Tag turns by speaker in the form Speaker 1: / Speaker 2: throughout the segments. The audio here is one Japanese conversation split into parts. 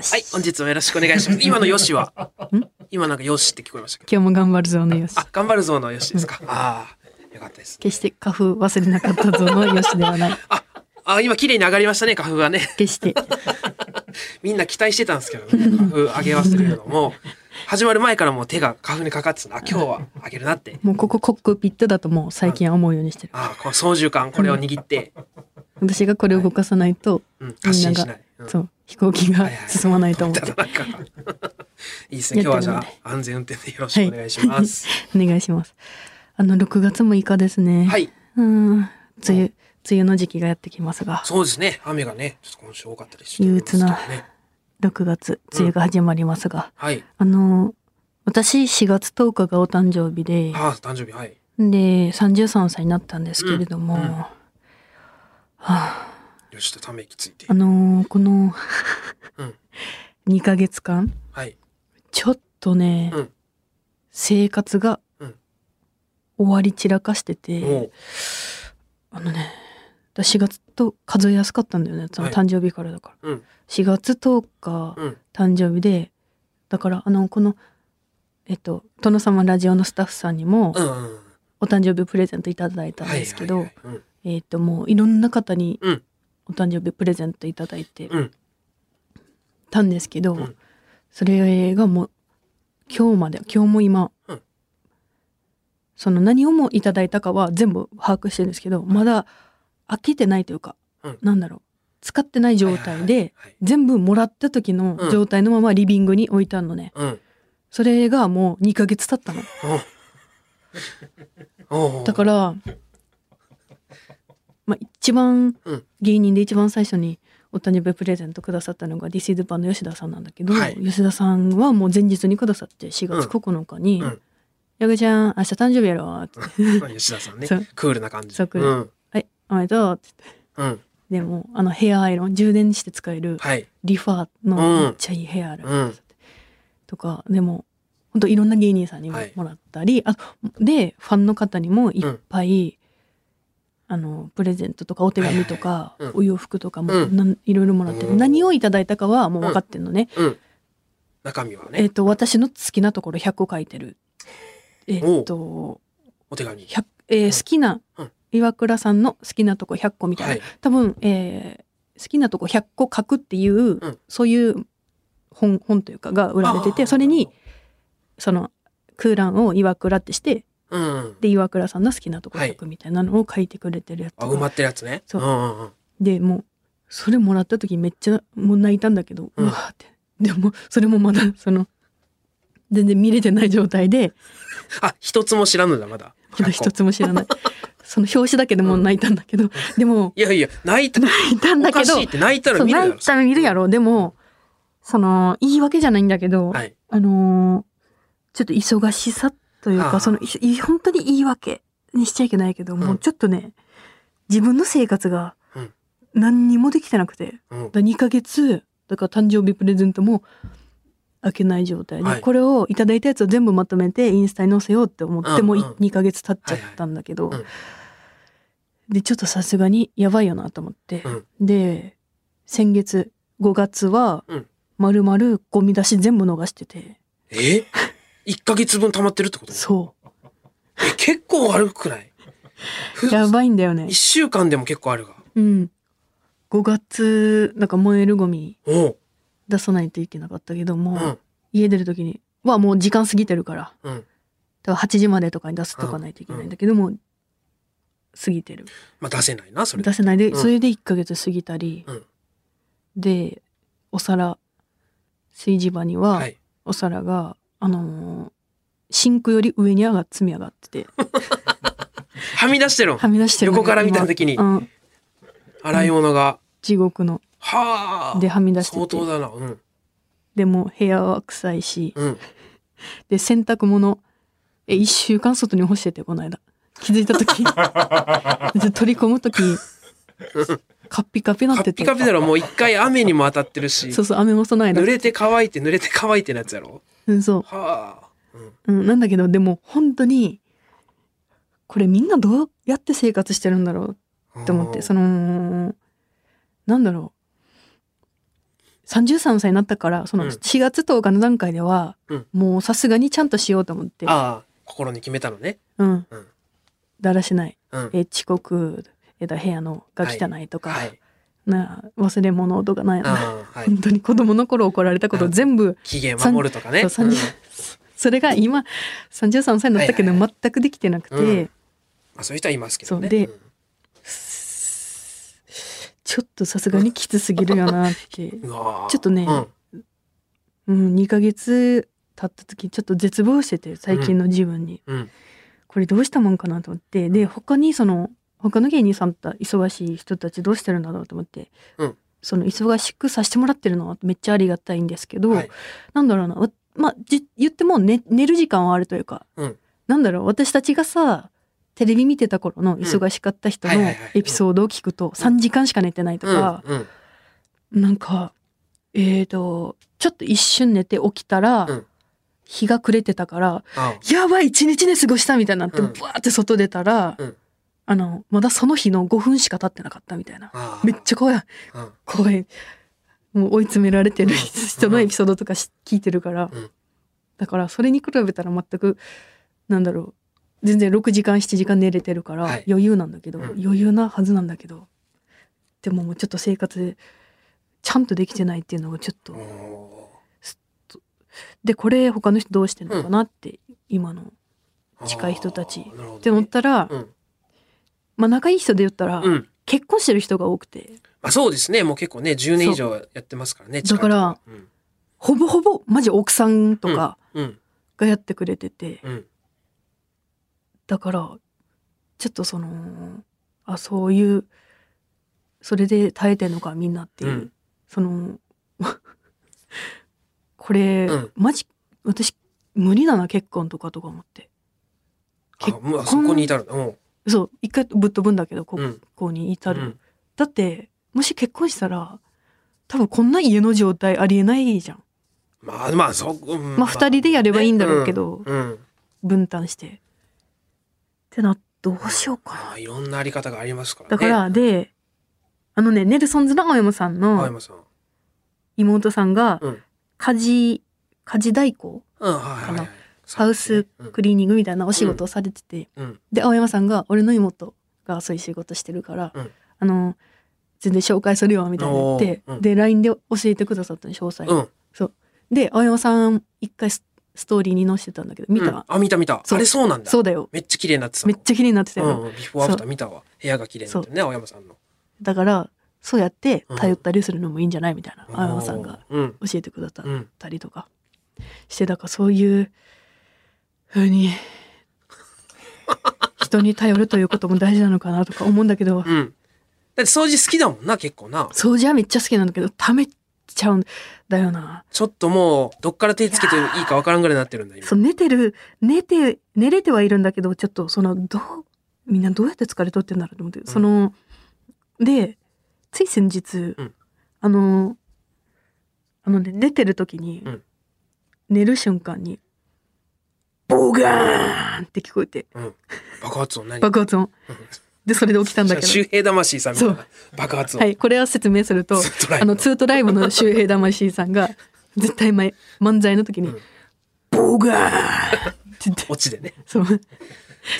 Speaker 1: はい、本日もよろしくお願い します。今のよしは今なんかよしって聞こえましたけど。
Speaker 2: 今日も頑張るぞのよし。
Speaker 1: あ、頑張るぞのよしですか。ああ、よかったです。
Speaker 2: 決して花粉忘れなかったぞのよしでは ない。
Speaker 1: あ、今綺麗に上がりましたね、花粉がね。
Speaker 2: 決して。
Speaker 1: みんな期待してたんですけどね、花粉上げ忘れるのも。始まる前からもう手が花粉にかかってたのあ、今日は上げるなって。
Speaker 2: もうここコックピットだともう最近は思うようにしてる。
Speaker 1: ああ、この操縦感、これを握って、
Speaker 2: 私がこれを動かさないと、
Speaker 1: うん、発信しない。うん
Speaker 2: そう、飛行機が進まないと思って
Speaker 1: た。だなんか いいですね。今日はじゃ
Speaker 2: やっ
Speaker 1: あ
Speaker 2: て
Speaker 1: 安全運転でよろしくお願いします。
Speaker 2: お願いします。あの、6月6日ですね。
Speaker 1: はい。
Speaker 2: うん。梅雨、梅雨の時期がやってきますが、
Speaker 1: そうですね。雨がね、ちょっと今週多かったりしてるんですけど
Speaker 2: 憂鬱
Speaker 1: ね。
Speaker 2: 6月、梅雨が始まりますが、
Speaker 1: はい。
Speaker 2: あの、私4月10日がお誕生日で、
Speaker 1: ああ、誕生日、はい。
Speaker 2: で、33歳になったんですけれども、
Speaker 1: うんうん
Speaker 2: はあ、
Speaker 1: よしとため息ついて
Speaker 2: あ。のこの
Speaker 1: うん
Speaker 2: 2ヶ月間、
Speaker 1: はい。
Speaker 2: ちょっとね、
Speaker 1: うん
Speaker 2: 生活が
Speaker 1: うん
Speaker 2: 終わり散らかしてて、
Speaker 1: もう、
Speaker 2: あのね私4月と数えやすかったんだよねその
Speaker 1: はい
Speaker 2: 誕生日からだから、
Speaker 1: うん
Speaker 2: 4月10日
Speaker 1: うん。
Speaker 2: 誕生日でだからあのこのえっと殿様ラジオのスタッフさんにも
Speaker 1: うんうんうん。
Speaker 2: お誕生日プレゼントいただいたん
Speaker 1: はい
Speaker 2: ですけど、
Speaker 1: はいはいうん
Speaker 2: えっともういろんな方に
Speaker 1: うん
Speaker 2: お誕生日プレゼントいただいて
Speaker 1: うん
Speaker 2: たんですけど、
Speaker 1: うん
Speaker 2: それがもう今日まで今日も今、
Speaker 1: うん
Speaker 2: その何をもいただいたかは全部把握してるんですけどまだ開けてないというか、
Speaker 1: うん
Speaker 2: なんだろう使ってない状態で、
Speaker 1: はい
Speaker 2: 全部もらった時の状態のままリビングに置いてあるのね、
Speaker 1: はいはい
Speaker 2: それがもう2ヶ月経ったの
Speaker 1: うん。おうおう
Speaker 2: だから、まあ、一番、
Speaker 1: うん
Speaker 2: 芸人で一番最初にお誕生日プレゼントくださったのが DC ドゥパーの吉田さんなんだけど、
Speaker 1: はい
Speaker 2: 吉田さんはもう前日にくださって4月9日に
Speaker 1: うん
Speaker 2: 「やぐちゃん明日誕生日やろ」って
Speaker 1: うん吉田さんね
Speaker 2: そう。
Speaker 1: クールな感じ。
Speaker 2: そうクール
Speaker 1: うん。
Speaker 2: 「はいおめでとう」って言って
Speaker 1: うん。
Speaker 2: でもあのヘアアイロン充電して使える
Speaker 1: はい。
Speaker 2: リファ
Speaker 1: うん
Speaker 2: のめっちゃいいヘアアイロン
Speaker 1: うん。
Speaker 2: とかでも本当いろんな芸人さんにも
Speaker 1: はい
Speaker 2: もらったり、あでファンの方にもいっぱい、あのプレゼントとかお手紙とか、
Speaker 1: はいはいはいうん
Speaker 2: お洋服とかも、
Speaker 1: うん
Speaker 2: なんいろいろもらって
Speaker 1: うん
Speaker 2: 何をいただいたかはもう分かってんのね、
Speaker 1: うん。中身は
Speaker 2: えっ、
Speaker 1: ね、
Speaker 2: と私の好きなところ100個書いてるえっ、と
Speaker 1: お手紙。
Speaker 2: 100え
Speaker 1: うん
Speaker 2: ー好きな、
Speaker 1: うん
Speaker 2: 岩倉さんの好きなとこ100個みたいな、
Speaker 1: はい。
Speaker 2: 多分、えー好きなとこ100個書くっていう、
Speaker 1: ん
Speaker 2: そういう本本というかが売られて
Speaker 1: あー
Speaker 2: てそれにその空欄を岩倉ってして
Speaker 1: うん。
Speaker 2: で岩倉さんの好きなとこ
Speaker 1: はい
Speaker 2: 書くみたいなのを書いてくれてるやつ
Speaker 1: あ、
Speaker 2: とか、
Speaker 1: 埋まってるやつね。
Speaker 2: そうん
Speaker 1: うんうん。
Speaker 2: でもうそれもらった時めっちゃもう泣いたんだけど、
Speaker 1: う
Speaker 2: うんわーってでもそれもまだその全然見れてない状態で
Speaker 1: あ、一つも知らぬんだ、まだ。
Speaker 2: まだ
Speaker 1: 100個
Speaker 2: 一つも知 らないその表紙だけでもう泣いたんだけど、でも
Speaker 1: いやいや、泣いた。
Speaker 2: 泣いたん
Speaker 1: お
Speaker 2: だ
Speaker 1: か
Speaker 2: け
Speaker 1: し
Speaker 2: ど
Speaker 1: いって泣いたら
Speaker 2: そう
Speaker 1: 見るだ
Speaker 2: 泣い
Speaker 1: ろ。
Speaker 2: たら見るやろでもその言い訳じゃないんだけど、
Speaker 1: はい。
Speaker 2: あのーちょっと忙しさという
Speaker 1: はあ
Speaker 2: かそのいい本当に言い訳にしちゃいけないけど、もうちょっとね自分の生活が
Speaker 1: うん
Speaker 2: 何にもできてなくて
Speaker 1: うん。
Speaker 2: だ2ヶ月だから誕生日プレゼントも開けない状態で、
Speaker 1: はい
Speaker 2: これをいただいたやつを全部まとめてインスタに載せようって思っても
Speaker 1: うんうん
Speaker 2: 2ヶ月経っちゃったんだけど、
Speaker 1: はいはい
Speaker 2: でちょっとさすがにやばいよなと思って、
Speaker 1: うん
Speaker 2: で先月5月は
Speaker 1: うん
Speaker 2: まるまるゴミ出し全部逃してて、
Speaker 1: え ?1 ヶ月分溜まってるってこと
Speaker 2: そ
Speaker 1: え結構悪くない
Speaker 2: うやばいんだよね
Speaker 1: 一。週間でも結構あるが。
Speaker 2: うん、5月なんか燃えるゴミ
Speaker 1: おう。
Speaker 2: 出さないといけなかったけど
Speaker 1: う
Speaker 2: も、
Speaker 1: ん。
Speaker 2: 家出る時にはもう時間過ぎてるから。
Speaker 1: うん。
Speaker 2: だから8時までとかに出すとかないといけないんだけども、過ぎてる
Speaker 1: まあ出せないな、それ。
Speaker 2: 出せないで、
Speaker 1: うん
Speaker 2: それで1ヶ月過ぎたり、
Speaker 1: うん
Speaker 2: でお皿炊事場には
Speaker 1: はい。
Speaker 2: お皿が、あのーシンクより上に上がっ積み上がってて
Speaker 1: はみ出してるの
Speaker 2: はみ出してるの
Speaker 1: 横から見た時に
Speaker 2: 今うん
Speaker 1: 洗い物が。
Speaker 2: 地獄の
Speaker 1: はあ。
Speaker 2: ではみ出して
Speaker 1: 相当
Speaker 2: て
Speaker 1: だな。うん。
Speaker 2: でも部屋は臭いし
Speaker 1: うん。
Speaker 2: で洗濯物え1週間外に干しててこの間気づいた 時で取り込む時カッピカピな
Speaker 1: カ
Speaker 2: って
Speaker 1: ッ
Speaker 2: て
Speaker 1: ピカピだろ、もう一回雨にも当たってるし
Speaker 2: そ。うそう雨もそないだ
Speaker 1: 濡れて乾いて濡れて乾いてのやつやろ。
Speaker 2: うん、そ
Speaker 1: はあ。うん。
Speaker 2: う、うん、なんだけどでも本当にこれみんなどうやって生活してるんだろうって思ってそ
Speaker 1: の。
Speaker 2: のなんだろう33歳になったからその
Speaker 1: うん
Speaker 2: 4月10日の段階では、
Speaker 1: うん
Speaker 2: もうさすがにちゃんとしようと思って、
Speaker 1: ああ、心に決めたのね。
Speaker 2: うん
Speaker 1: うん
Speaker 2: だらしない、
Speaker 1: うん。
Speaker 2: え遅刻えだ部屋のが汚いとか、
Speaker 1: はい。
Speaker 2: なあ忘れ物とかなんやな、
Speaker 1: ああ、はい。
Speaker 2: 本当に子供の頃怒られたこと全部、
Speaker 1: 期限守るとかね。
Speaker 2: そう30
Speaker 1: うん
Speaker 2: それが今33歳になったけど
Speaker 1: はいはい
Speaker 2: 全くできてなくて、
Speaker 1: うんまあ、そういう人はいますけどね。
Speaker 2: そうで
Speaker 1: ん
Speaker 2: ちょっとさすがにきつすぎるよなって、
Speaker 1: うわあ
Speaker 2: ちょっとね
Speaker 1: うん
Speaker 2: うん、2ヶ月経った時ちょっと絶望してて最近の自分に、
Speaker 1: うん
Speaker 2: これどうしたもんかなと思ってで他にその他の芸人さんと忙しい人たちどうしてるんだろうと思って、
Speaker 1: うん
Speaker 2: その忙しくさせてもらってるのはめっちゃありがたいんですけど、
Speaker 1: はい
Speaker 2: なんだろうなわまあじ言っても、ね、寝る時間はあるというか、
Speaker 1: うん
Speaker 2: なんだろう私たちがさテレビ見てた頃の忙しかった人の
Speaker 1: はいはいはい
Speaker 2: エピソードを聞くと3時間しか寝てないとか、
Speaker 1: うんうん
Speaker 2: なんかえーとちょっと一瞬寝て起きたら、
Speaker 1: うん
Speaker 2: 日が暮れてたから
Speaker 1: ああ
Speaker 2: やばい一日で過ごしたみたいになって
Speaker 1: う
Speaker 2: バ
Speaker 1: ん
Speaker 2: ーって外出たら、
Speaker 1: うん
Speaker 2: あのまだその日の5分しか経ってなかったみたいな
Speaker 1: ああ
Speaker 2: めっちゃ怖い
Speaker 1: うん
Speaker 2: 怖いもう追い詰められてる人のエピソードとかし聞いてるから、
Speaker 1: うん
Speaker 2: だからそれに比べたら全くなんだろう全然6時間7時間寝れてるから
Speaker 1: はい
Speaker 2: 余裕なんだけど、
Speaker 1: うん
Speaker 2: 余裕なはずなんだけどでももうちょっと生活ちゃんとできてないっていうのがちょっと、
Speaker 1: お
Speaker 2: でこれ他の人どうしてんのかなって、今の
Speaker 1: ー
Speaker 2: 近い人たち
Speaker 1: ああなるほどね
Speaker 2: って思ったら、
Speaker 1: うん
Speaker 2: まあ仲いい人で言ったら、
Speaker 1: うん
Speaker 2: 結婚してる人が多くて
Speaker 1: まあそうですねもう結構ね10年以上やってますからね
Speaker 2: だから
Speaker 1: 近いうん
Speaker 2: ほぼほぼマジ奥さんとか
Speaker 1: うん
Speaker 2: がやってくれてて、
Speaker 1: うん
Speaker 2: だからちょっとそのあそういうそれで耐えてんのかみんなっていう、
Speaker 1: うん
Speaker 2: その これ、
Speaker 1: うん
Speaker 2: マジ私無理だな結婚とかとか思って
Speaker 1: あ
Speaker 2: 結
Speaker 1: もうそこに至るんだも
Speaker 2: そう一回ぶっ飛ぶんだけどこ
Speaker 1: ううん
Speaker 2: こに至る、
Speaker 1: うん
Speaker 2: だってもし結婚したら多分こんな家の状態ありえないじゃん、
Speaker 1: まあまあそこま
Speaker 2: まあ2人でやればいいんだろうけど、
Speaker 1: うん
Speaker 2: 分担してってなどうしようかな
Speaker 1: まあいろんなあり方がありますからね
Speaker 2: だから、で、あのね、ネルソンズの青山さん
Speaker 1: 青
Speaker 2: の
Speaker 1: 山さん
Speaker 2: 妹さんが
Speaker 1: うん、
Speaker 2: 家事、家事代行、
Speaker 1: うんはいはい
Speaker 2: か
Speaker 1: はい
Speaker 2: なハウスクリーニングみたいなお仕事をされてて、
Speaker 1: うん
Speaker 2: で、青山さんが、俺の妹がそういう仕事してるから、
Speaker 1: うん
Speaker 2: あの、全然紹介するよ、みたいな言って、
Speaker 1: おーうん
Speaker 2: で、LINE で教えてくださったの、詳細。
Speaker 1: うん
Speaker 2: で、青山さん、一回スストーリーに載せてたんだけど、見た、
Speaker 1: うんあ見た見た
Speaker 2: そう
Speaker 1: あれそうなんだ
Speaker 2: そうだよ。
Speaker 1: めっちゃ綺麗になってた
Speaker 2: めっちゃ綺麗になってたよ。
Speaker 1: うんうん、ビフォーアフター見たわ部屋が綺麗になってるね青山さんの
Speaker 2: だから、そうやって
Speaker 1: うん
Speaker 2: 頼ったりするのもいいんじゃないみたいな、青山さんが
Speaker 1: うん
Speaker 2: 教えてくださっ
Speaker 1: うん
Speaker 2: ったりとかしてだからそういう風 に人に頼るということも大事なのかなとか思うんだけど
Speaker 1: うんだって掃除好きだもんな結構な
Speaker 2: 掃除はめっちゃ好きなんだけどためちゃうんだよな
Speaker 1: ちょっともうどっから手つけていいかわからんぐらいになってるんだ今
Speaker 2: そう寝てる寝て寝れてはいるんだけどちょっとそのどうみんなどうやって疲れとってんだろうと思って、そのでつい先日、
Speaker 1: うん
Speaker 2: あのあのね寝てる時に、
Speaker 1: うん
Speaker 2: 寝る瞬間にボガーンって聞こえて
Speaker 1: 爆発音何
Speaker 2: 爆発 音でそれで起きたんだけ
Speaker 1: 周
Speaker 2: ど
Speaker 1: 平魂さんみたいな爆発音、
Speaker 2: はいこれを説明すると
Speaker 1: トライ
Speaker 2: あのツートライブの周平魂さんが絶対前漫才の時に
Speaker 1: うん
Speaker 2: 「ボガーン!」って言って
Speaker 1: オチでね
Speaker 2: その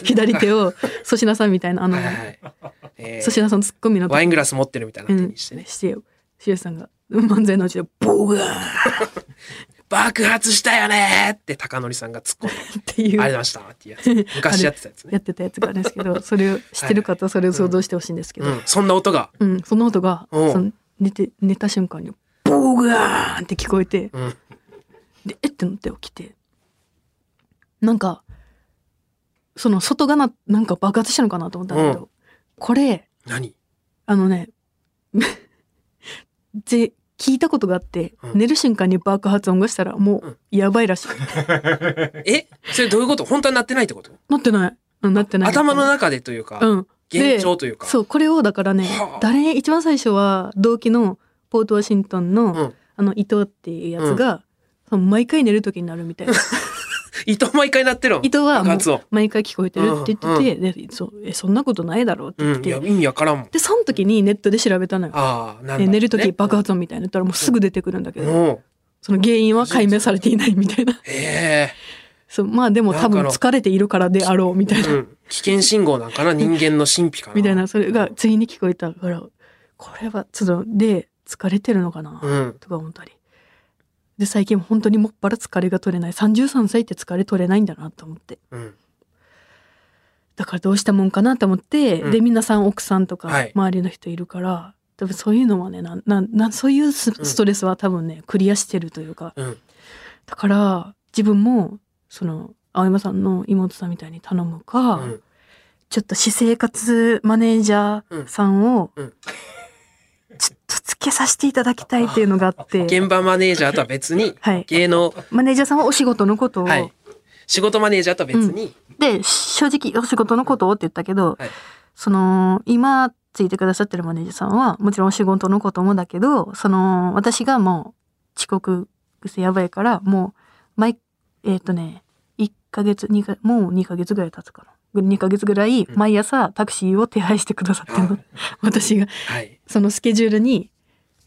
Speaker 2: 左手を粗品さんみたいなあの
Speaker 1: はいはいはいえー
Speaker 2: 粗品さんのツッコミの
Speaker 1: ワイングラス持ってるみたいな手
Speaker 2: うん
Speaker 1: にしてね、
Speaker 2: してよ周平さんが漫才のうちで「ボガーン!」
Speaker 1: 爆発したよねーって高則さんが突っ込んで
Speaker 2: っていう
Speaker 1: ありがとうございましたっていうや つ昔やってたやつね
Speaker 2: やってたやつがあるんですけ どそれを知ってる方はそれを想像してほしいんですけ
Speaker 1: う
Speaker 2: ど、
Speaker 1: ん、そんな音が、
Speaker 2: うん、その音が
Speaker 1: うん
Speaker 2: その寝て寝た瞬間に「ボガーン!」って聞こえて。
Speaker 1: うん、
Speaker 2: でえってなって起きてなんかその外がななんか爆発したのかなと思ったんだけど、
Speaker 1: う
Speaker 2: これ
Speaker 1: 何
Speaker 2: あのね ぜ聞いたことがあって、
Speaker 1: うん
Speaker 2: 寝る瞬間に爆発音がしたらも
Speaker 1: うん
Speaker 2: うやばいら しい、
Speaker 1: えそれどういうこと本当になってないってこと
Speaker 2: なってない、うん、なってない
Speaker 1: 頭の中でというか、
Speaker 2: うんで
Speaker 1: 現状というか
Speaker 2: そうこれをだからね、
Speaker 1: はあ
Speaker 2: 誰一番最初は同期のポートワシントンの、
Speaker 1: うん
Speaker 2: あの伊藤っていうやつが、その毎回寝る時になるみたいな
Speaker 1: 糸毎回鳴ってるの。
Speaker 2: 糸はもう
Speaker 1: ガツオ。
Speaker 2: 毎回聞こえてるって言ってて、でそうえそんなことないだろうって
Speaker 1: う
Speaker 2: 言
Speaker 1: ん。
Speaker 2: っ
Speaker 1: い
Speaker 2: て、
Speaker 1: や、意味わからんもん。
Speaker 2: でその時にネットで調べたのよ、
Speaker 1: ああ、なんだ、
Speaker 2: え寝る時爆
Speaker 1: 発。
Speaker 2: 発音みたいなの言ったらもうすぐ出てくるんだけど、
Speaker 1: も
Speaker 2: その原因は解明されていないみたいな
Speaker 1: う、え
Speaker 2: そうまあでも多分疲れているからであろうみた
Speaker 1: え
Speaker 2: いな、
Speaker 1: うん。危険信号なんかな、人間の神秘かな。
Speaker 2: みたい。なそれがついに聞こえたからこれはちょっとで疲れてるのかな、
Speaker 1: うん。
Speaker 2: とか思ったりで最近本当にもっぱら疲れが取れない33歳って疲れ取れないんだなと思って
Speaker 1: うん。
Speaker 2: だからどうしたもんかなと思って、
Speaker 1: うん
Speaker 2: で皆さん奥さんとか
Speaker 1: はい
Speaker 2: 周りの人いるから、多分そういうのはねなんなんなんそういうス
Speaker 1: うん
Speaker 2: ストレスは多分ね、クリアしてるというか
Speaker 1: うん。
Speaker 2: だから自分もその青山さんの妹さんみたいに頼むか、
Speaker 1: うん。
Speaker 2: ちょっと私生活マネージャーさんを、
Speaker 1: うんうん
Speaker 2: ちょっとつけさせていただきたいっていうの があって、
Speaker 1: 現場マネージャーとは別に、
Speaker 2: はい、
Speaker 1: 芸能、
Speaker 2: マネージャーさんはお仕事のことを、
Speaker 1: はい。仕事マネージャーとは別に、
Speaker 2: で正直お仕事のことをって言ったけど、
Speaker 1: はい
Speaker 2: その今ついてくださってるマネージャーさんはもちろんお仕事のこともだけどその私がもう遅刻癖やばいからもう毎えっ、とね1ヶ月2かもう2ヶ月ぐらい経つかな2ヶ月ぐらい
Speaker 1: うん
Speaker 2: 毎朝タクシーを手配してくださってるの、
Speaker 1: はい
Speaker 2: 私が
Speaker 1: はい。
Speaker 2: そのスケジュールに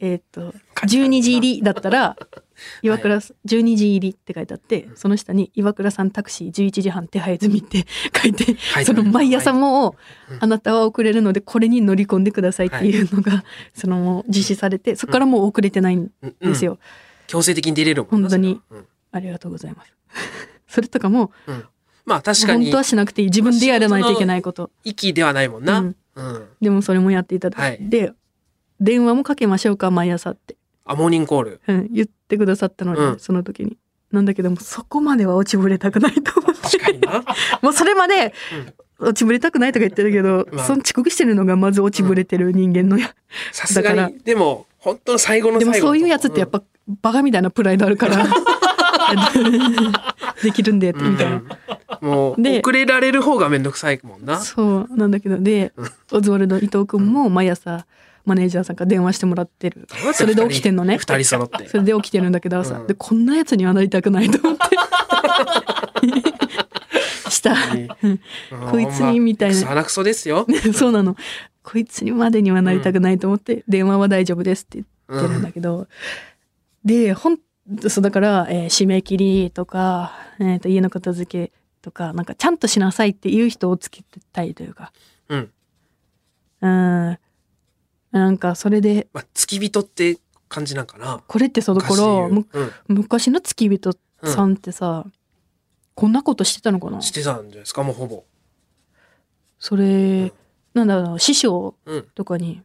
Speaker 2: えっ、と12時入りだったら「岩倉さん12時入り」って書いてあってその下に「岩倉さんタクシー11時半手配済み」って 書いて
Speaker 1: はい
Speaker 2: その毎朝も
Speaker 1: うん
Speaker 2: 「あなたは遅れるのでこれに乗り込んでください」っていうのがその実施されてそこからもう遅れてないん
Speaker 1: うんうん
Speaker 2: ですよ。
Speaker 1: 強制的に出れるもんな
Speaker 2: 本当に。
Speaker 1: それはうん
Speaker 2: ありがとうございます。 それとかも
Speaker 1: まあ確か
Speaker 2: 本
Speaker 1: に
Speaker 2: 当はしなくていい自分でやらないといけないこと。
Speaker 1: 息ではないもんな。
Speaker 2: う
Speaker 1: うんん。
Speaker 2: でもそれもやっていただいて、電話もかけましょうか毎朝って。
Speaker 1: あモーニングコール。
Speaker 2: うん、 言ってくださったのに、
Speaker 1: うん
Speaker 2: その時に。なんだけども、そこまでは落ちぶれたくないと思って
Speaker 1: 確。かにな。
Speaker 2: もうそれまで、落ちぶれたくないとか言ってるけど、
Speaker 1: まあ
Speaker 2: その遅刻してるのがまず落ちぶれてる人間のや。
Speaker 1: さす
Speaker 2: だ
Speaker 1: が
Speaker 2: か
Speaker 1: に。でも本当の最後の
Speaker 2: で
Speaker 1: 最後
Speaker 2: も
Speaker 1: の。
Speaker 2: そういうやつってやっぱ、バカみたいなプライドある から。できるんで、
Speaker 1: うん、
Speaker 2: みたいな。
Speaker 1: うんもう
Speaker 2: で
Speaker 1: 遅れられる方がめんどくさいもんな。
Speaker 2: そうなんだけど、で、オズワルド伊藤君も毎朝、マネージャーさんから電話してもらってる。それで起きてんのね。
Speaker 1: 二人揃って
Speaker 2: そ。れで起きてるんだけど朝、
Speaker 1: うん
Speaker 2: でこんなやつにはなりたくないと思ってした、うん こいつにみたいな
Speaker 1: 鼻くそですよ。
Speaker 2: そうなのこいつにまでにはなりたくないと思って、電話は大丈夫ですって言ってるんだけど、でほんそうだから、えー締め切りとか、えー、と家の片付けとかなんかちゃんとしなさいっていう人をつけてたいというか
Speaker 1: うん。
Speaker 2: うんなんかそれで
Speaker 1: まあ付き人って感じなんかな。
Speaker 2: これってその頃
Speaker 1: 昔
Speaker 2: む
Speaker 1: 言う
Speaker 2: 昔の付き人
Speaker 1: うん
Speaker 2: さんってさ、こんなことしてたのかな
Speaker 1: うんしてたんじゃないですかもうほぼ。
Speaker 2: それ、
Speaker 1: ん
Speaker 2: なんだろう師匠
Speaker 1: うん
Speaker 2: とかに、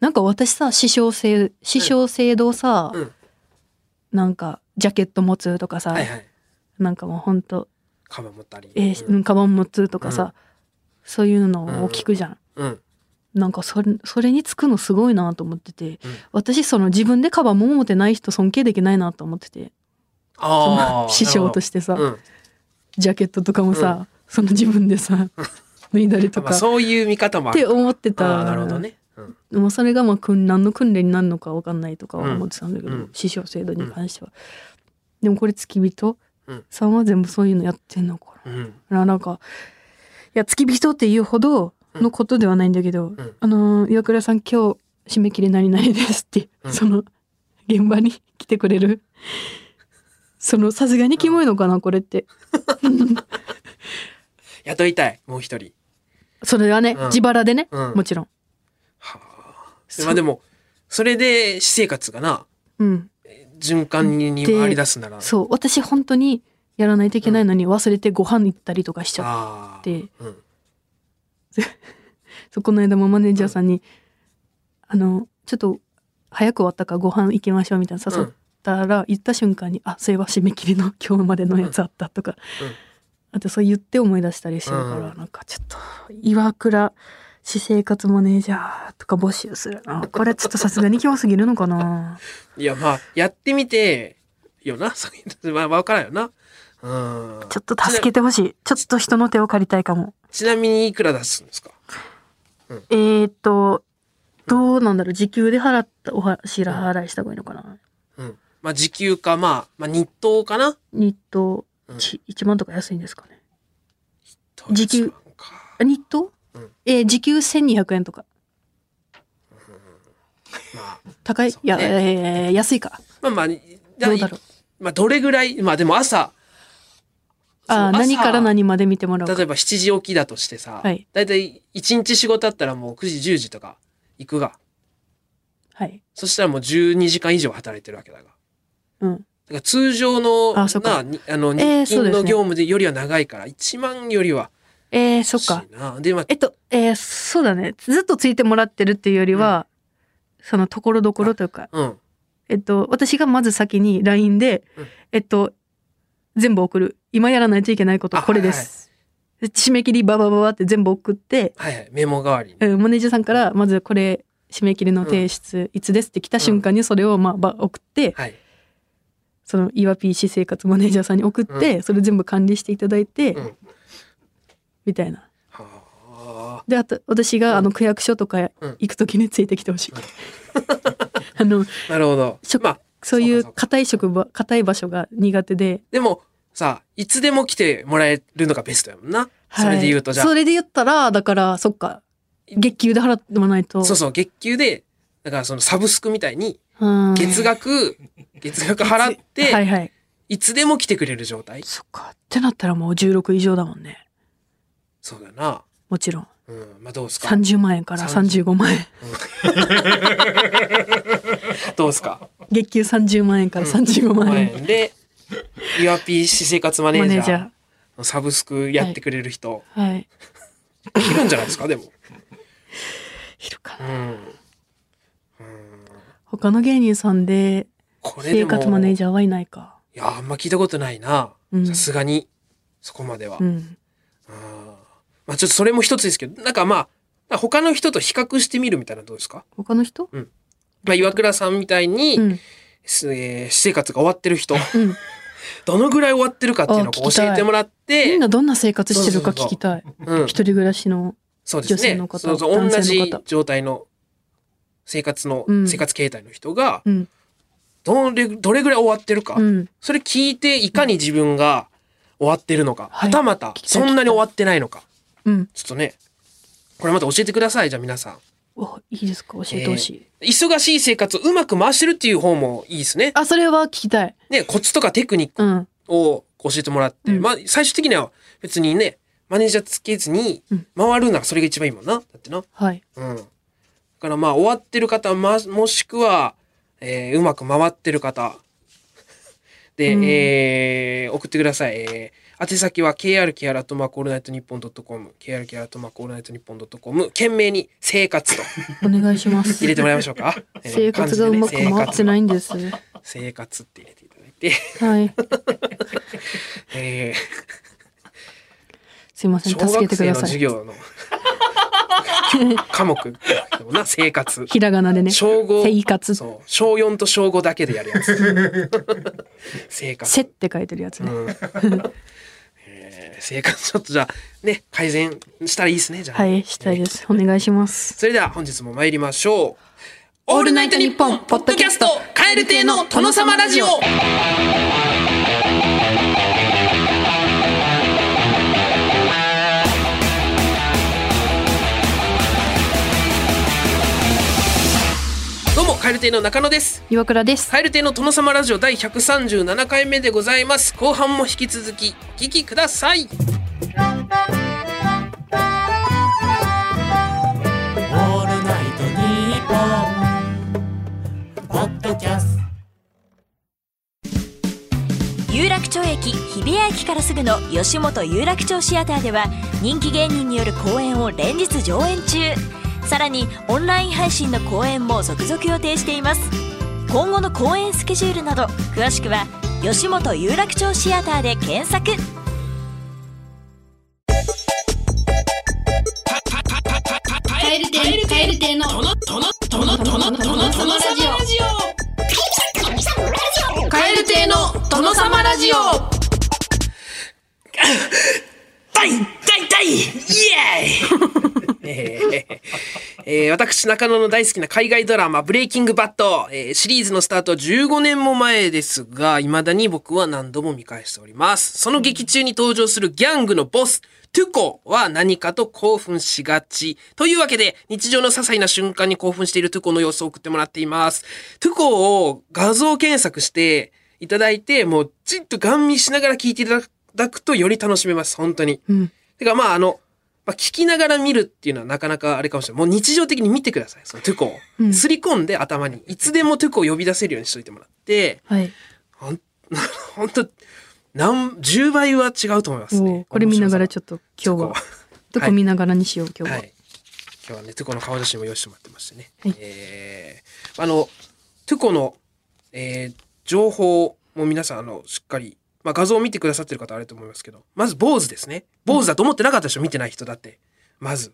Speaker 2: なんか私さ師匠制師匠制度さ、
Speaker 1: うん
Speaker 2: なんかジャケット持つとかさ、
Speaker 1: はいはい。
Speaker 2: なんかもうほんと、
Speaker 1: カバン持ったり。
Speaker 2: えーうん、カバン持つとかさ、そういうのを聞くじゃん。
Speaker 1: うん。
Speaker 2: なんかそれそれにつくのすごいなと思ってて、
Speaker 1: うん
Speaker 2: 私その自分でカバンも持てない人尊敬できないなと思っててそ
Speaker 1: あ
Speaker 2: の
Speaker 1: あ。
Speaker 2: 師匠としてさ、
Speaker 1: うん。
Speaker 2: ジャケットとかもさ、その自分でさ脱いだりと
Speaker 1: ま
Speaker 2: か
Speaker 1: あ
Speaker 2: っ
Speaker 1: そういう見方もあ
Speaker 2: て
Speaker 1: る。
Speaker 2: 思って
Speaker 1: あ
Speaker 2: た
Speaker 1: あなるほどね。うん
Speaker 2: でもそれがまあ訓何の訓練になるのか分かんないとかは
Speaker 1: うん
Speaker 2: 思ってたんだけど、
Speaker 1: うん
Speaker 2: 師匠制度に関しては、でもこれ付き人
Speaker 1: うん
Speaker 2: さんは全部そういうのやってんのか
Speaker 1: うん。
Speaker 2: な,、なんかいや付き人っていうほどのことではないんだけど、
Speaker 1: ん
Speaker 2: あのー岩倉さん今日締め切り何々ですって、
Speaker 1: うん
Speaker 2: その現場に来てくれるそのさすがにキモいのかなこれって
Speaker 1: 雇いたいもう一人
Speaker 2: それはね、
Speaker 1: うん
Speaker 2: 自腹でね、
Speaker 1: うん
Speaker 2: もちろん。
Speaker 1: はあまあでもそれで私生活がな
Speaker 2: うん
Speaker 1: 循環に
Speaker 2: で
Speaker 1: 回り出すなら
Speaker 2: そう私本当にやらないといけないのに忘れてご飯行ったりとかしちゃっ
Speaker 1: ああ
Speaker 2: て、
Speaker 1: うん
Speaker 2: そうこの間もマネージャーさんに「あのちょっと早く終わったからご飯行きましょう」みたいな誘ったら、言った瞬間に「あそういえば締め切りの 今日までのやつあった」とか、
Speaker 1: うん
Speaker 2: あとそう言って思い出したりしてるから、
Speaker 1: う
Speaker 2: なんかちょっと「岩倉私生活マネージャー」とか募集するなこれちょっとさすがに今日すぎるのか な
Speaker 1: いやまあやってみてよな そういうのまあ分からんよなうん
Speaker 2: ちょっと助けてほしいちょっと人の手を借りたいかも。
Speaker 1: ちなみにいくら出すんですか
Speaker 2: えー、っとどうなんだろう時給で払ったおは支払いした方がいいのかな
Speaker 1: うんまあ時給かまあまあ日当かな
Speaker 2: 日当
Speaker 1: うん
Speaker 2: ち1万とか安いんですかね
Speaker 1: ドイツ
Speaker 2: 時給
Speaker 1: パンか
Speaker 2: あ日当、
Speaker 1: うん
Speaker 2: えー時給1200円とか
Speaker 1: まあ
Speaker 2: 高いいや、えー安いか
Speaker 1: まあまあ
Speaker 2: どうだろう
Speaker 1: まあどれぐらいまあでも
Speaker 2: あー
Speaker 1: 朝そう朝
Speaker 2: 何から何まで見てもらうか
Speaker 1: 例えば7時起きだとしてさ、
Speaker 2: はい
Speaker 1: だいたい1日仕事あったらもう9時10時とか行くが
Speaker 2: はい
Speaker 1: そしたらもう12時間以上働いてるわけだがだ
Speaker 2: うん
Speaker 1: から通常の
Speaker 2: あそっか
Speaker 1: なにあの日
Speaker 2: えーそう
Speaker 1: 勤
Speaker 2: ですね
Speaker 1: の業務でよりは長いから1万よりは
Speaker 2: えー、そっ
Speaker 1: 欲し
Speaker 2: か
Speaker 1: いなでまあ
Speaker 2: えっと、えーそうだね。ずっとついてもらってるっていうよりは、そのところどころというか、
Speaker 1: うん
Speaker 2: えっと、私がまず先に LINE で、
Speaker 1: うん
Speaker 2: えっと、全部送る。今やらないといけないことはこれです。締め切りババババって全部送って、
Speaker 1: はいはいメモ代わりに、
Speaker 2: うんマネージャーさんからまずこれ締め切りの提出いつですって来た瞬間にそれをまあば送って、
Speaker 1: はい
Speaker 2: そのいわぴー私生活マネージャーさんに送って、それ全部管理していただいて、
Speaker 1: うん
Speaker 2: みたいな。
Speaker 1: はあ
Speaker 2: であと私があの区役所とか
Speaker 1: うん
Speaker 2: 行く時についてきてほしい、 あの
Speaker 1: なるほど
Speaker 2: 食
Speaker 1: まあ
Speaker 2: そうい
Speaker 1: そう
Speaker 2: う
Speaker 1: かそうか
Speaker 2: 硬い職場硬い場所が苦手で、
Speaker 1: でもさいつでも来てもらえるのがベストやもんな、
Speaker 2: はい
Speaker 1: それで言うとじゃあ
Speaker 2: それで言ったらだからそっか月給で払ってもらわないと
Speaker 1: そうそう月給でだからそのサブスクみたいに
Speaker 2: うん
Speaker 1: 月額、月額払って、
Speaker 2: はい
Speaker 1: い、
Speaker 2: はい
Speaker 1: つでも来てくれる状態
Speaker 2: そっかってなったらもう16以上だもんね
Speaker 1: そうだな
Speaker 2: もちろん
Speaker 1: うんまあどうですか
Speaker 2: 30万円から
Speaker 1: 30
Speaker 2: 35万円
Speaker 1: どうですか
Speaker 2: 月給30万円から35万
Speaker 1: 5
Speaker 2: 円、
Speaker 1: 円 でイワピー私生活マネ
Speaker 2: マ
Speaker 1: ージ
Speaker 2: ネ
Speaker 1: ャ
Speaker 2: ージ
Speaker 1: ー
Speaker 2: ャ
Speaker 1: のサブスクやってくれる人、
Speaker 2: ーはい
Speaker 1: い、るんじゃないですかでも
Speaker 2: いるか
Speaker 1: う、
Speaker 2: なん
Speaker 1: うん、
Speaker 2: 他の芸人さんで
Speaker 1: これで
Speaker 2: 生
Speaker 1: も
Speaker 2: 活マネージャーはいないか
Speaker 1: いやあんま聞いたことないな
Speaker 2: うん
Speaker 1: さすがにそこまでは、
Speaker 2: うん
Speaker 1: あーまあちょっとそれも一つですけどなんかまあ他の人と比較してみるみたいなのどうですか、
Speaker 2: 他の人
Speaker 1: まあ、岩倉さんみたいに、
Speaker 2: うん
Speaker 1: すえー私生活が終わってる 人
Speaker 2: うん
Speaker 1: どのぐらい終わってるかっていうのを
Speaker 2: あ
Speaker 1: こ
Speaker 2: 聞
Speaker 1: う
Speaker 2: き
Speaker 1: 教
Speaker 2: たい
Speaker 1: えてもらっ
Speaker 2: み
Speaker 1: て
Speaker 2: んなどんな生活してるか聞きたい。
Speaker 1: うん、
Speaker 2: 一人暮らしの。
Speaker 1: そうです
Speaker 2: 女性
Speaker 1: ね
Speaker 2: の方
Speaker 1: そうそう同
Speaker 2: 男性の
Speaker 1: じ
Speaker 2: 方
Speaker 1: 状態の生活の、
Speaker 2: うん
Speaker 1: 生活形態の人が
Speaker 2: うん。
Speaker 1: どれどれぐらい終わってるか、
Speaker 2: うん。
Speaker 1: それ聞いていかに自分が終わってるのか、
Speaker 2: はい
Speaker 1: はたまた
Speaker 2: 聞きたい
Speaker 1: そんなに終わってないのか
Speaker 2: うん。
Speaker 1: ちょっとねこれまた教えてくださいじゃあ皆さん。
Speaker 2: お、いいですか教えてほしい。
Speaker 1: 忙しい生活をうまく回してるっていう方もいいですね。
Speaker 2: あ、それは聞きたい。
Speaker 1: ね、コツとかテクニック
Speaker 2: うん。
Speaker 1: を教えてもらって、
Speaker 2: うん
Speaker 1: まあ最終的には別にね、マネージャーつけずに
Speaker 2: うん
Speaker 1: 回るならそれが一番いいもんな。だってな。
Speaker 2: はい。
Speaker 1: うん。だからまあ終わってる方、ま、もしくは、えーうまく回ってる方。 で、
Speaker 2: うん
Speaker 1: えー送ってください。えー宛先は krkr.allnightnippon.com、krkr.allnightnippon.com、懸命に生活と
Speaker 2: お願いします
Speaker 1: 入。れてもらいましょ うか。えー
Speaker 2: 生活がうまく回ってないんです。は
Speaker 1: 生活って入れていただいて、
Speaker 2: い。
Speaker 1: え
Speaker 2: すいま
Speaker 1: ー
Speaker 2: せん。
Speaker 1: 小
Speaker 2: 助け
Speaker 1: 学
Speaker 2: てく
Speaker 1: 生
Speaker 2: だ
Speaker 1: の
Speaker 2: さ
Speaker 1: 授
Speaker 2: い。
Speaker 1: 業の 科目でもな生活
Speaker 2: ひらがなでね。
Speaker 1: 小五
Speaker 2: 生活。せ
Speaker 1: そう小4と小5だけでやるやつ 生活、
Speaker 2: って書いてるやつ
Speaker 1: う
Speaker 2: ね。
Speaker 1: んえー生活ちょっとじゃあね改善したらいいですねじゃあ、
Speaker 2: はい。したいです。お願いします。
Speaker 1: それでは本日も参りましょう
Speaker 2: オールナイトニッポンポッドキャスト
Speaker 1: 蛙亭の殿様ラジオどうも蛙亭の中野です
Speaker 2: 岩倉です。
Speaker 1: 蛙亭の殿様ラジオ第137回目でございます後半も引き続きお聞きください
Speaker 3: オールナイトニッポン」ポッドキャスト
Speaker 4: 有楽町駅日比谷駅からすぐの吉本有楽町シアターでは人気芸人による公演を連日上演中さらにオンライン配信の公演も続々予定しています今後の公演スケジュールなど詳しくは吉本有楽町シアターで検索
Speaker 5: カエル亭カエル亭のトノトノトノトノトノ様ラジオカエル亭の殿様ラジオ
Speaker 1: 大大大イエーイ えーえー私、中野の大好きな海外ドラマ、ブレイキングバット、えーシリーズのスタートは15年も前ですが、未だに僕は何度も見返しております。その劇中に登場するギャングのボス、トゥコは何かと興奮しがち。というわけで、日常の些細な瞬間に興奮しているトゥコの様子を送ってもらっています。トゥコを画像検索していただいて、もうじっとガン見しながら聞いていただくとより楽しめます、本当に。
Speaker 2: うん。
Speaker 1: てかまああの、まあ、聞きながら見るっていうのはなかなかあれかもしれない。もう日常的に見てください。そのトゥコを。
Speaker 2: うん
Speaker 1: すり込んで頭に。いつでもトゥコを呼び出せるようにしといてもらって、
Speaker 2: はい。
Speaker 1: ほん、 ほんと、何、10倍は違うと思います
Speaker 2: お
Speaker 1: ね
Speaker 2: ー。これ見ながら
Speaker 1: ち
Speaker 2: ちょっと今日はど
Speaker 1: トゥコ、
Speaker 2: こ見ながらにしよう、今日
Speaker 1: は
Speaker 2: は。
Speaker 1: い。今日はね、トゥコの顔写真も用意してもらってましてね。
Speaker 2: はい
Speaker 1: えー、あの、トゥコの、えー情報も皆さん、あの、しっかり、まあ、画像を見てくださってる方はあれと思いますけど、まず、坊主ですね。坊主だと思ってなかったでしょ、見てない人だって。まず。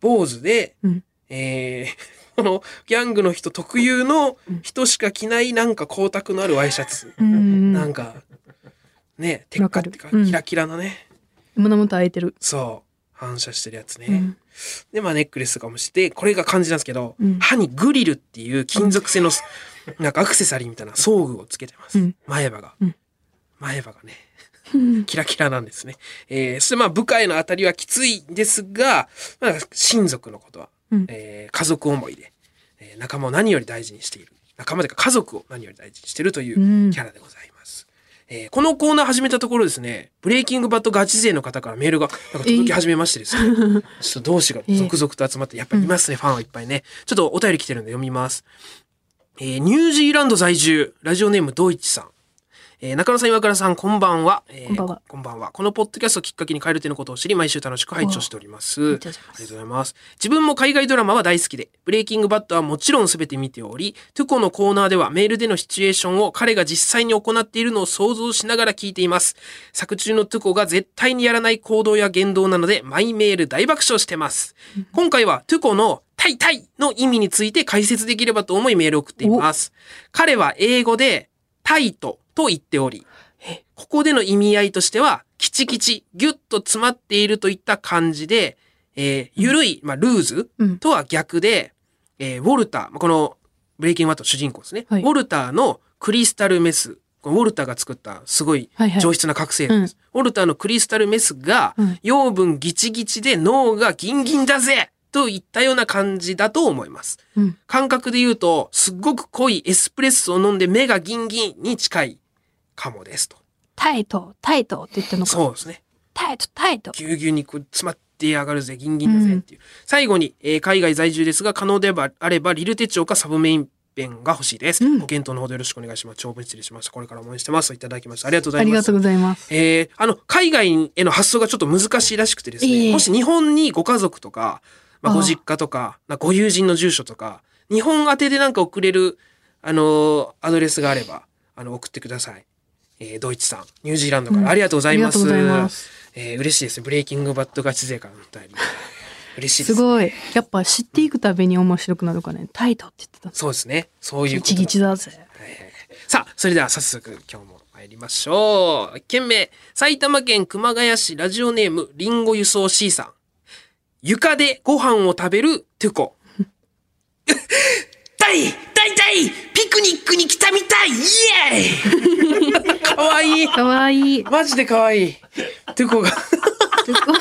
Speaker 1: 坊主で、
Speaker 2: うん
Speaker 1: えー この、ギャングの人特有の、人しか着ない、なんか光沢のあるワイシャツ。
Speaker 2: うん
Speaker 1: なんか、ね、テッカってか、
Speaker 2: わかるうん
Speaker 1: キラキラなね。
Speaker 2: 胸元開いてる。
Speaker 1: そう。反射してるやつね。
Speaker 2: うん
Speaker 1: で、まあネックレスとかもして、これが漢字なんですけど、
Speaker 2: うん
Speaker 1: 歯にグリルっていう金属製の、なんかアクセサリーみたいな装具をつけてます。
Speaker 2: うん
Speaker 1: 前歯が。
Speaker 2: うん
Speaker 1: 前歯がね、キラキラなんですね。えー、そしてまあ部下への当たりはきついんですが、まあ、親族のことは、
Speaker 2: うん
Speaker 1: えー家族思いで、えー仲間を何より大事にしている。仲間というか家族を何より大事にしているという
Speaker 2: うん
Speaker 1: キャラでございます。えーこのコーナー始めたところですね、ブレイキングバットガチ勢の方からメールがなんか届き始めましてですね、 ちょっと同志が続々と集まって、やっぱりいますね、ファンはいっぱいね。ちょっとお便り来てるんで読みます。えーニュージーランド在住、ラジオネームドイチさん。えー中野さん、岩倉さん、こんばんは。えー
Speaker 2: こんばんは。
Speaker 1: こんばんは。このポッドキャストをきっかけに蛙亭のことを知り、毎週楽しく拝聴しております。
Speaker 2: り
Speaker 1: あり
Speaker 2: が
Speaker 1: がと
Speaker 2: と
Speaker 1: う
Speaker 2: う
Speaker 1: ございます。自分も海外ドラマは大好きで、ブレイキングバットはもちろん全て見ており、トゥコのコーナーではメールでのシチュエーションを彼が実際に行っているのを想像しながら聞いています。作中のトゥコが絶対にやらない行動や言動なので、マイメール大爆笑してます。今回はトゥコのタイタイの意味について解説できればと思いメールを送っています。彼は英語でタイトと言っており、ここでの意味合いとしては、キチキチ、ギュッと詰まっているといった感じで、えー、ゆるい、まあ、ルーズ
Speaker 2: うん
Speaker 1: とは逆で、えーウォルターまあ、このブレイキングバットの主人公ですね、
Speaker 2: はい
Speaker 1: ウォルターのクリスタルメス、このウォルターが作ったすごい
Speaker 2: はいはい
Speaker 1: 上質な覚醒剤です。ウォルターのクリスタルメスが、
Speaker 2: うん
Speaker 1: 養分ギチギチで脳がギンギンだぜといったような感じだと思います。
Speaker 2: うん
Speaker 1: 感覚で言うと、すっごく濃いエスプレッソを飲んで目がギンギンに近いかもですと。
Speaker 2: タイト、タイトって言ってるのか。
Speaker 1: そうですね。
Speaker 2: タイト、タイト。
Speaker 1: ぎゅうぎゅうにこう詰まって上がるぜ、ギンギンだぜっていう。最後に、えー海外在住ですが、可能でばあれば、リル手帳かサブメインペンが欲しいです。
Speaker 2: うん
Speaker 1: ご検討のほどよろしくお願いします。長文失礼しました。これからも応援してます。といただきました。ありがとうござ
Speaker 2: あ
Speaker 1: い
Speaker 2: り
Speaker 1: ま
Speaker 2: が
Speaker 1: す
Speaker 2: とう。ございます。
Speaker 1: えーあの、海外への発想がちょっと難しいらしくてですね、
Speaker 2: ええ
Speaker 1: もし日本にご家族とか、まあ、
Speaker 2: ああ
Speaker 1: ご実家とか、なご友人の住所とか、日本宛てでなんか送れる、あのーアドレスがあれば、あの、送ってください。えードイツさん、ニュージーランドから、
Speaker 2: うん
Speaker 1: ありがとうございます。
Speaker 2: ありがとうございます
Speaker 1: えー嬉しいですね。ブレイキングバッドガチ勢からのお便り。 嬉しいですす。
Speaker 2: ごい。やっぱ知っていくたびに面白くなるからね。タイトって言ってた。
Speaker 1: そうですね。そういう
Speaker 2: ギ
Speaker 1: こと
Speaker 2: チギチだぜ。
Speaker 1: さあ、それでは早速今日も参りましょう。件名、埼玉県熊谷市ラジオネームリンゴ輸送 C さん。床でご飯を食べるトゥコ。 だいだいたいピクニックに来たみたいイエ ーイかわいい
Speaker 2: かわいい。
Speaker 1: マジでかわいいトゥコが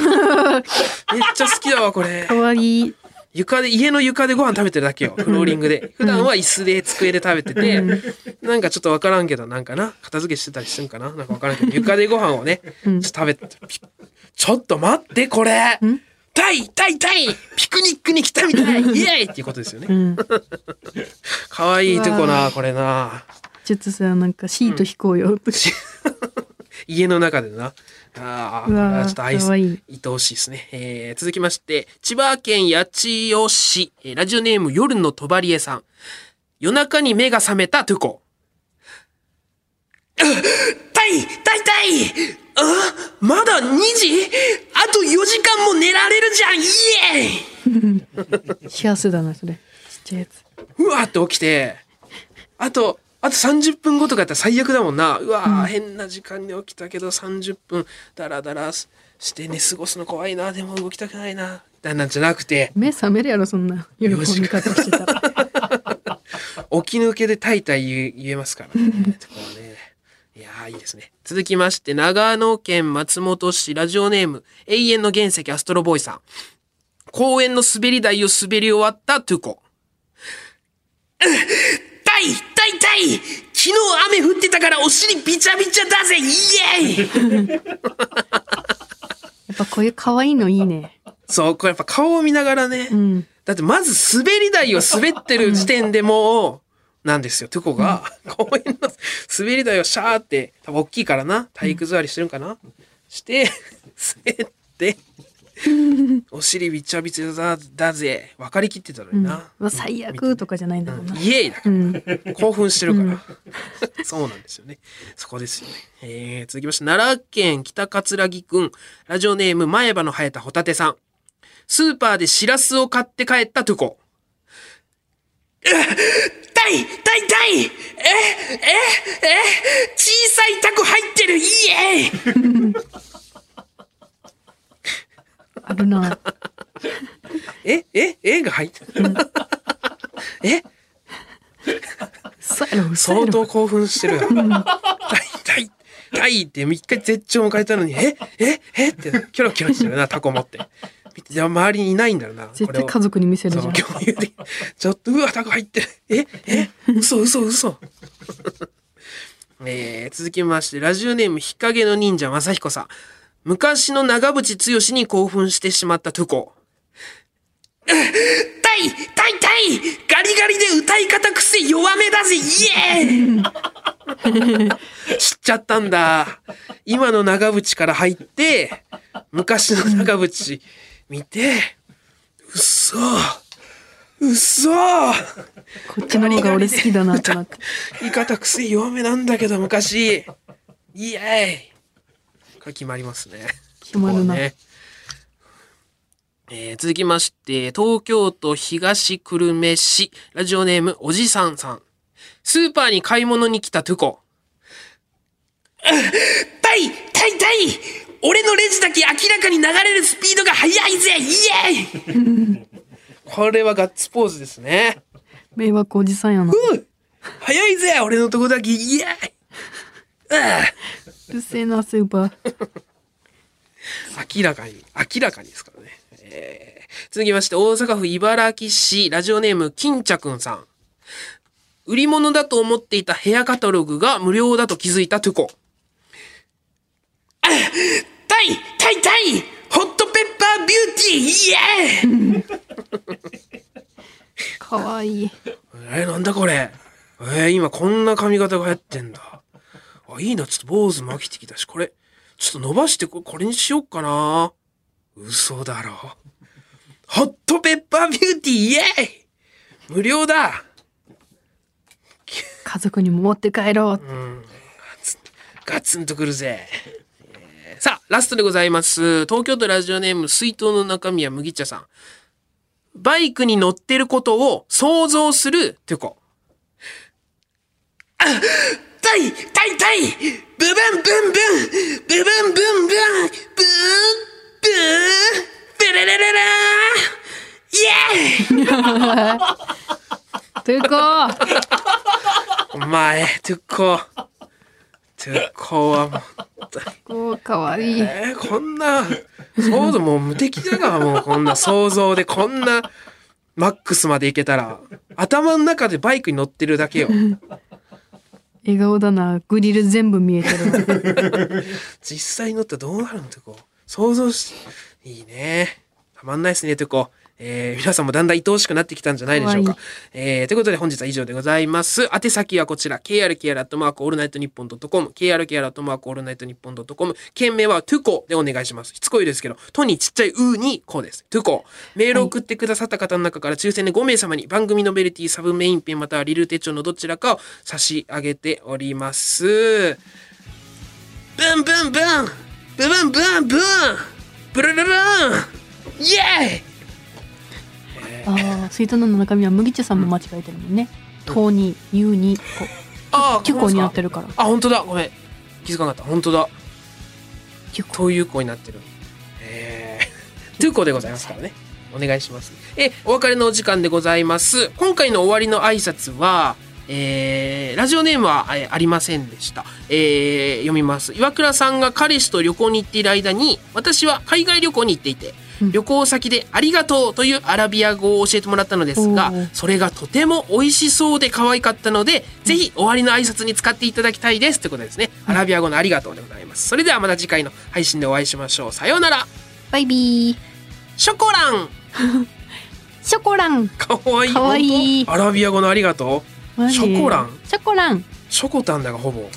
Speaker 1: めっちゃ好きだわ、これ
Speaker 2: か。わいい。
Speaker 1: 床で、家の床でご飯食べてるだけよ。フローリングで。普段は椅子で机で食べてて、なんかちょっとわからんけど、なんかな、片付けしてたりするんかななんかわからんけど、床でご飯をね、ちょっと食べて、ピちょっと待って、これタイタイタイピクニックに来たみたいイエーイっていうことですよね。
Speaker 2: うん。
Speaker 1: かわいいとこ
Speaker 2: うわ
Speaker 1: な、これな。
Speaker 2: ちょっとさ、なんかシート引こうよ。
Speaker 1: 家の中でな。あ
Speaker 2: うわー
Speaker 1: あ、ちょっと愛す
Speaker 2: かわいい
Speaker 1: 愛おしいですね。えー続きまして、千葉県八千代市、えーラジオネーム夜のとばりえさん。夜中に目が覚めたトゥコ。たいたいたいあまだ2時あと4時間も寝られるじゃんイエーイ
Speaker 2: 幸せだな、それ。ちっちゃいやつ。
Speaker 1: うわーって起きて、あと、あと30分後とかやったら最悪だもんな。うわー、変な時間に起きたけど30分、だらだらして寝過ごすの怖いな。でも動きたくないな。なんなんじゃなくて
Speaker 2: 目覚めるやろそんな喜び方してたら
Speaker 1: 起き抜けでタイタイ言え言えますからね。 そうねいやーいいですね。続きまして、長野県松本市ラジオネーム、永遠の原石アストロボーイさん。公園の滑り台を滑り終わったトゥコ。 痛い痛い痛い昨日雨降ってたからお尻びちゃびちゃだぜイエーイ
Speaker 2: やっぱこういう可愛いのいいね
Speaker 1: そう、これやっぱ顔を見ながらね。
Speaker 2: うん
Speaker 1: だってまず滑り台を滑ってる時点でもう、なんですよ。トゥコが、 公園の滑り台をシャーって、多分大きいからな、体育座りしてるんかなして、 滑って、お尻びちゃびちゃだだぜ。分かりきってたのにな。
Speaker 2: うわ最悪とかじゃないんだもんな
Speaker 1: イエーイだ
Speaker 2: う
Speaker 1: か
Speaker 2: ん
Speaker 1: ら、興奮してるから。そうなんですよね。そこですよね。えー続きまして、奈良県北葛城くん、ラジオネーム前歯の生えたホタテさん。スーパーでシラスを買って帰ったトゥコ。痛い痛い痛いえええ小さいタコ入ってるイエーイ
Speaker 2: あるな
Speaker 1: えええが入ってる。え
Speaker 2: そうやろそうや
Speaker 1: 相
Speaker 2: ろ
Speaker 1: 当興奮してるよ。痛い痛い痛いって一回絶頂を迎えたのに、えええってキョロキョロしてるな、タコ持って。じゃあ周りにいないんだろうな。
Speaker 2: 絶
Speaker 1: これ
Speaker 2: 対
Speaker 1: を
Speaker 2: 家族に見せる
Speaker 1: そ
Speaker 2: じゃ
Speaker 1: の
Speaker 2: ん
Speaker 1: 共有でちょっとうわタコ入ってるええ嘘嘘嘘えー、続きましてラジオネーム日陰の忍者まさひこさん昔の長渕剛に興奮してしまったトゥコ痛い痛い痛いガリガリで歌い方癖弱めだぜイエーイ知っちゃったんだ今の長渕から入って昔の長渕見てうっそーうっそー
Speaker 2: こっちの方が俺好きだなってなって
Speaker 1: 言い方癖弱めなんだけど昔イエーイこれ決まりますね
Speaker 2: 決まるな
Speaker 1: ここはねえー続きまして東京都東久留米市ラジオネームおじさんさんスーパーに買い物に来たトゥコ痛い痛い痛い俺のレジだけ明らかに流れるスピードが速いぜイエーイこれはガッツポーズですね
Speaker 2: 迷惑おじさんやなう
Speaker 1: うん早いぜ俺のとこだけイエーイあ
Speaker 2: るせえなスーパー
Speaker 1: あ明らかに明らかにですからね、えー続きまして大阪府茨城市ラジオネーム金茶くんさん売り物だと思っていたヘアカタログが無料だと気づいたトゥコあタイタイタイホットペッパービューティーイエーイ
Speaker 2: かわいい
Speaker 1: えー、なんだこれえー、今こんな髪型が流行ってんだ。あ、いいな、ちょっと坊主も飽きてきたし、これ、ちょっと伸ばしてこ、これにしよっかな。嘘だろ。ホットペッパービューティーイエーイ無料だ
Speaker 2: 家族にも持って帰ろう
Speaker 1: ガツンとくるぜ。えーさあ、ラストでございます。東京都ラジオネーム、水筒の中身は麦茶さん。バイクに乗ってることを想像する、てこ。あたいたいたいブブンブンブンブブンブンブンブンブンブレレレラーイエーイ
Speaker 2: というか
Speaker 1: お前、トゥコ。トゥコはもう、
Speaker 2: こうかわいい
Speaker 1: えーこんな、想像もう無敵だが、もうこんな想像でこんな、マックスまでいけたら、頭の中でバイクに乗ってるだけよ。
Speaker 2: 笑顔だなグリル全部見えてるわ
Speaker 1: 実際に乗ったらどうなるのってこう、想像し、いいね。たまんないですね、ってこう。えー皆さんもだんだん愛おしくなってきたんじゃないでしょうか。
Speaker 2: かわ
Speaker 1: えーということで本日は以上でございます。宛先はこちら、krkr.allnightnippon.com、krkr.allnightnippon.com、件名は t ゥコでお願いします。しつこいですけど、とにちっちゃいうーにこうです。トゥコ。メールを送ってくださった方の中から抽選で5名様に番組ノベルティサブメインペンまたはリル手帳のどちらかを差し上げております。ブンブンブンブブンブンブンブルルルンイエーイ
Speaker 2: ああスイートの中身は麦茶さんも間違えてるもんね「糖に「ゆ」に
Speaker 1: あ
Speaker 2: 「キュコ」になって
Speaker 1: る。
Speaker 2: るから
Speaker 1: あ、本当だ。ごめん。気づかなかった。本当だ。
Speaker 2: 「キュコ
Speaker 1: という子になってる。えー、トゥーコでございますからね。お願いします。え、お別れのお時間でございます。今回の終わりの挨拶は、えー、ラジオネームはえーありませんでした。えー、読みます。岩倉さんが彼氏と旅行に行っている間に、私は海外旅行に行っていて、旅行先でありがとうというアラビア語を教えてもらったのですが
Speaker 2: おー、
Speaker 1: それがとても美味しそうで可愛かったので、ぜひ終わりの挨拶に使っていただきたいです。ということですね。アラビア語のありがとうでございます。それではまた次回の配信でお会いしましょう。さようなら。
Speaker 2: バイビー
Speaker 1: ショコラン
Speaker 2: ショコラン
Speaker 1: かわいい
Speaker 2: かわいい
Speaker 1: 本当アラビア語のありがとう
Speaker 2: マジ
Speaker 1: ショコラン
Speaker 2: ショコラン
Speaker 1: ショコタンだがほぼ